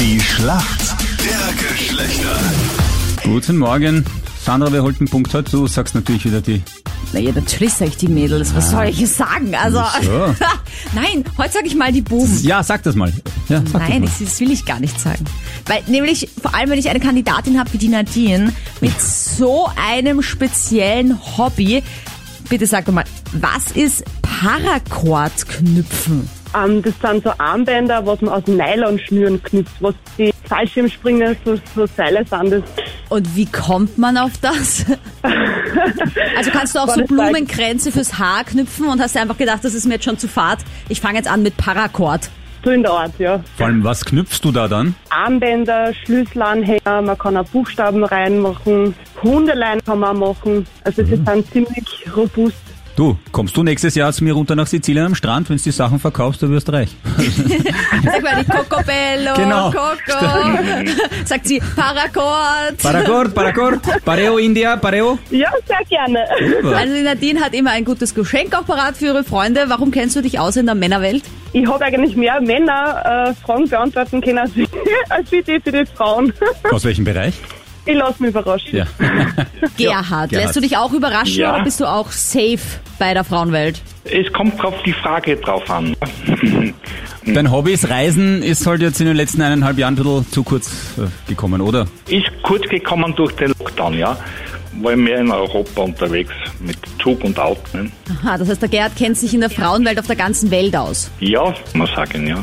Die Schlacht der Geschlechter. Guten Morgen. Sandra, wir holten Punkt heute. Du sagst natürlich wieder die. Naja, natürlich sag ich die Mädels. Was soll ich jetzt sagen? Also, Ach Ah. so. nein, heute sag ich mal die Buben. Ja, sag das mal. Ja, sag Nein, das ich, das will ich gar nicht sagen. Weil nämlich, vor allem wenn ich eine Kandidatin habe wie die Nadine, mit so einem speziellen Hobby, bitte sag doch mal, was ist Paracord-Knüpfen? Ähm, das sind so Armbänder, was man aus Nylonschnüren knüpft, was die Fallschirmspringer so, so Seile sind. Das, Und wie kommt man auf das? Also kannst du auch so Volles Blumenkränze fürs Haar knüpfen und hast dir einfach gedacht, das ist mir jetzt schon zu fad. Ich fange jetzt an mit Paracord. so in der Art, ja. mal. Vor allem, was knüpfst du da dann? Armbänder, Schlüsselanhänger, man kann auch Buchstaben reinmachen, Hundelein kann man auch machen. Also die sind ziemlich robust. Du, kommst du nächstes Jahr zu mir runter nach Sizilien am Strand, wenn du die Sachen verkaufst, du wirst reich. Sag mal, die Cocobello, Genau. Coco. Sagt sie, Paracord. Paracord, Paracord, Pareo India, Pareo. Ja, sehr gerne. Also die Nadine hat immer ein gutes Geschenk auch parat für ihre Freunde. Warum kennst du dich aus in der Männerwelt? Ich habe eigentlich mehr Männer äh, Fragen beantworten können als, als wie die für die Frauen. Aus welchem Bereich? Ich lasse mich überraschen. Ja. Gerhard, lässt du dich auch überraschen Ja. oder bist du auch safe bei der Frauenwelt? Es kommt auf die Frage drauf an. Dein Hobby ist Reisen, ist halt jetzt in den letzten eineinhalb Jahren ein bisschen zu kurz äh, gekommen, oder? Ist kurz gekommen durch den Lockdown, ja. War ich mehr in Europa unterwegs mit Zug und Auto. Ne? Aha, das heißt, der Gerhard kennt sich in der Frauenwelt auf der ganzen Welt aus. Ja, man sagen, ja.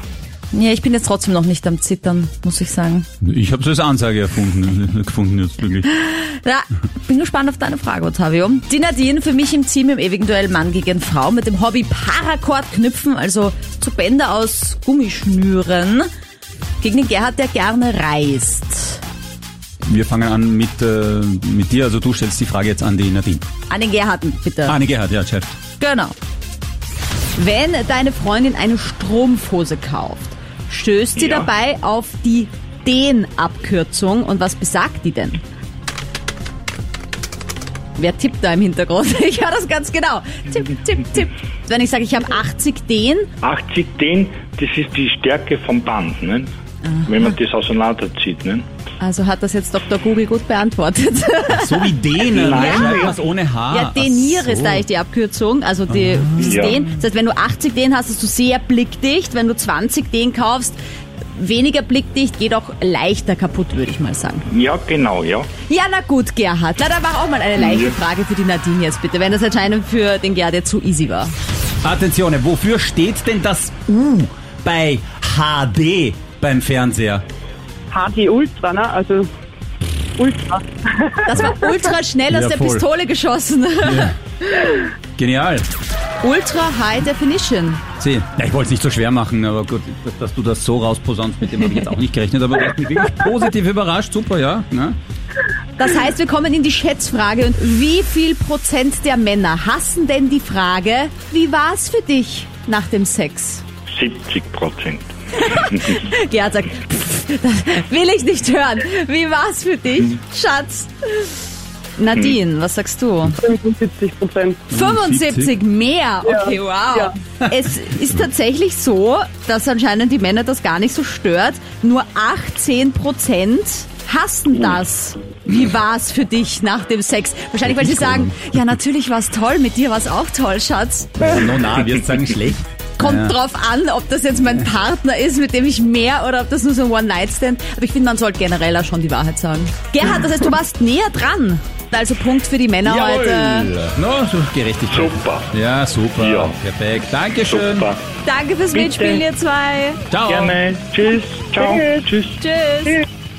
Ja, ich bin jetzt trotzdem noch nicht am Zittern, muss ich sagen. Ich habe so als Ansage erfunden, gefunden jetzt wirklich. Ja, bin gespannt auf deine Frage, Ottavio. Die Nadine, für mich im Team im ewigen Duell Mann gegen Frau mit dem Hobby Paracord knüpfen, also zu Bänder aus Gummischnüren, gegen den Gerhard, der gerne reist. Wir fangen an mit, äh, mit dir, also du stellst die Frage jetzt an die Nadine. An den Gerharden, bitte. Ah, Anne Gerhard, ja, Chef. Genau. Wenn deine Freundin eine Strumpfhose kauft, stößt sie Ja. dabei auf die Den-Abkürzung. Und was besagt die denn? Wer tippt da im Hintergrund? Ich höre das ganz genau. Tipp, tipp, tipp. Wenn ich sage, ich habe 80 Den, 80 Den, das ist die Stärke vom Band, ne? wenn man das auseinanderzieht. Ne? also hat das jetzt Dr. Google gut beantwortet. So wie denen, Nein. schreibt man's ohne H. Ja, Denier ist eigentlich die Abkürzung, also die, das Ja. Den. Das heißt, wenn du 80 Den hast, ist du sehr blickdicht. Wenn du 20 Den kaufst, weniger blickdicht, geht auch leichter kaputt, würde ich mal sagen. Ja, genau, ja. Ja, na gut, Gerhard. Na, dann mach auch mal eine leichte Frage für die Nadine jetzt bitte, wenn das anscheinend für den Gerhard jetzt zu easy war. Attenzione, wofür steht denn das U bei HD beim Fernseher? HD Ultra, ne? Also Ultra. Das war ultra schnell aus Ja, der voll. Pistole geschossen. Genial. ultra High Definition. Sie. Na, ich wollte es nicht so schwer machen, aber gut, dass- dass du das so rausposaunst, mit dem habe ich jetzt auch nicht gerechnet, aber du hast mich wirklich positiv überrascht. Super, ja. Ne? Das heißt, wir kommen in die Schätzfrage. Und wie viel Prozent der Männer hassen denn die Frage, wie war's für dich nach dem Sex? 70 Prozent. Gerhard sagt, "Pff, das will ich nicht hören. Wie war's für dich, Schatz? Nadine, was sagst du? 75 Prozent. 75 mehr. Okay, wow. Ja. Es ist tatsächlich so, dass anscheinend die Männer das gar nicht so stört. Nur 18 Prozent hassen das. Wie war's für dich nach dem Sex? Wahrscheinlich, weil sie sagen, ja, natürlich war's toll, mit dir war's auch toll, Schatz. Also, No, na, wir sagen schlecht. Kommt Ja. drauf an, ob das jetzt mein Partner ist, mit dem ich mehr oder ob das nur so ein One-Night-Stand. Aber ich finde, man sollte generell auch schon die Wahrheit sagen. Gerhard, das heißt, du warst näher dran. Also Punkt für die Männer heute. No, so Gerechtigkeit. Super. Ja, super. Ja. Perfekt. Dankeschön. Super. Danke fürs Bitte. Mitspielen, ihr zwei. Ciao. Gerne. Tschüss. Ciao. Tschüss. Tschüss.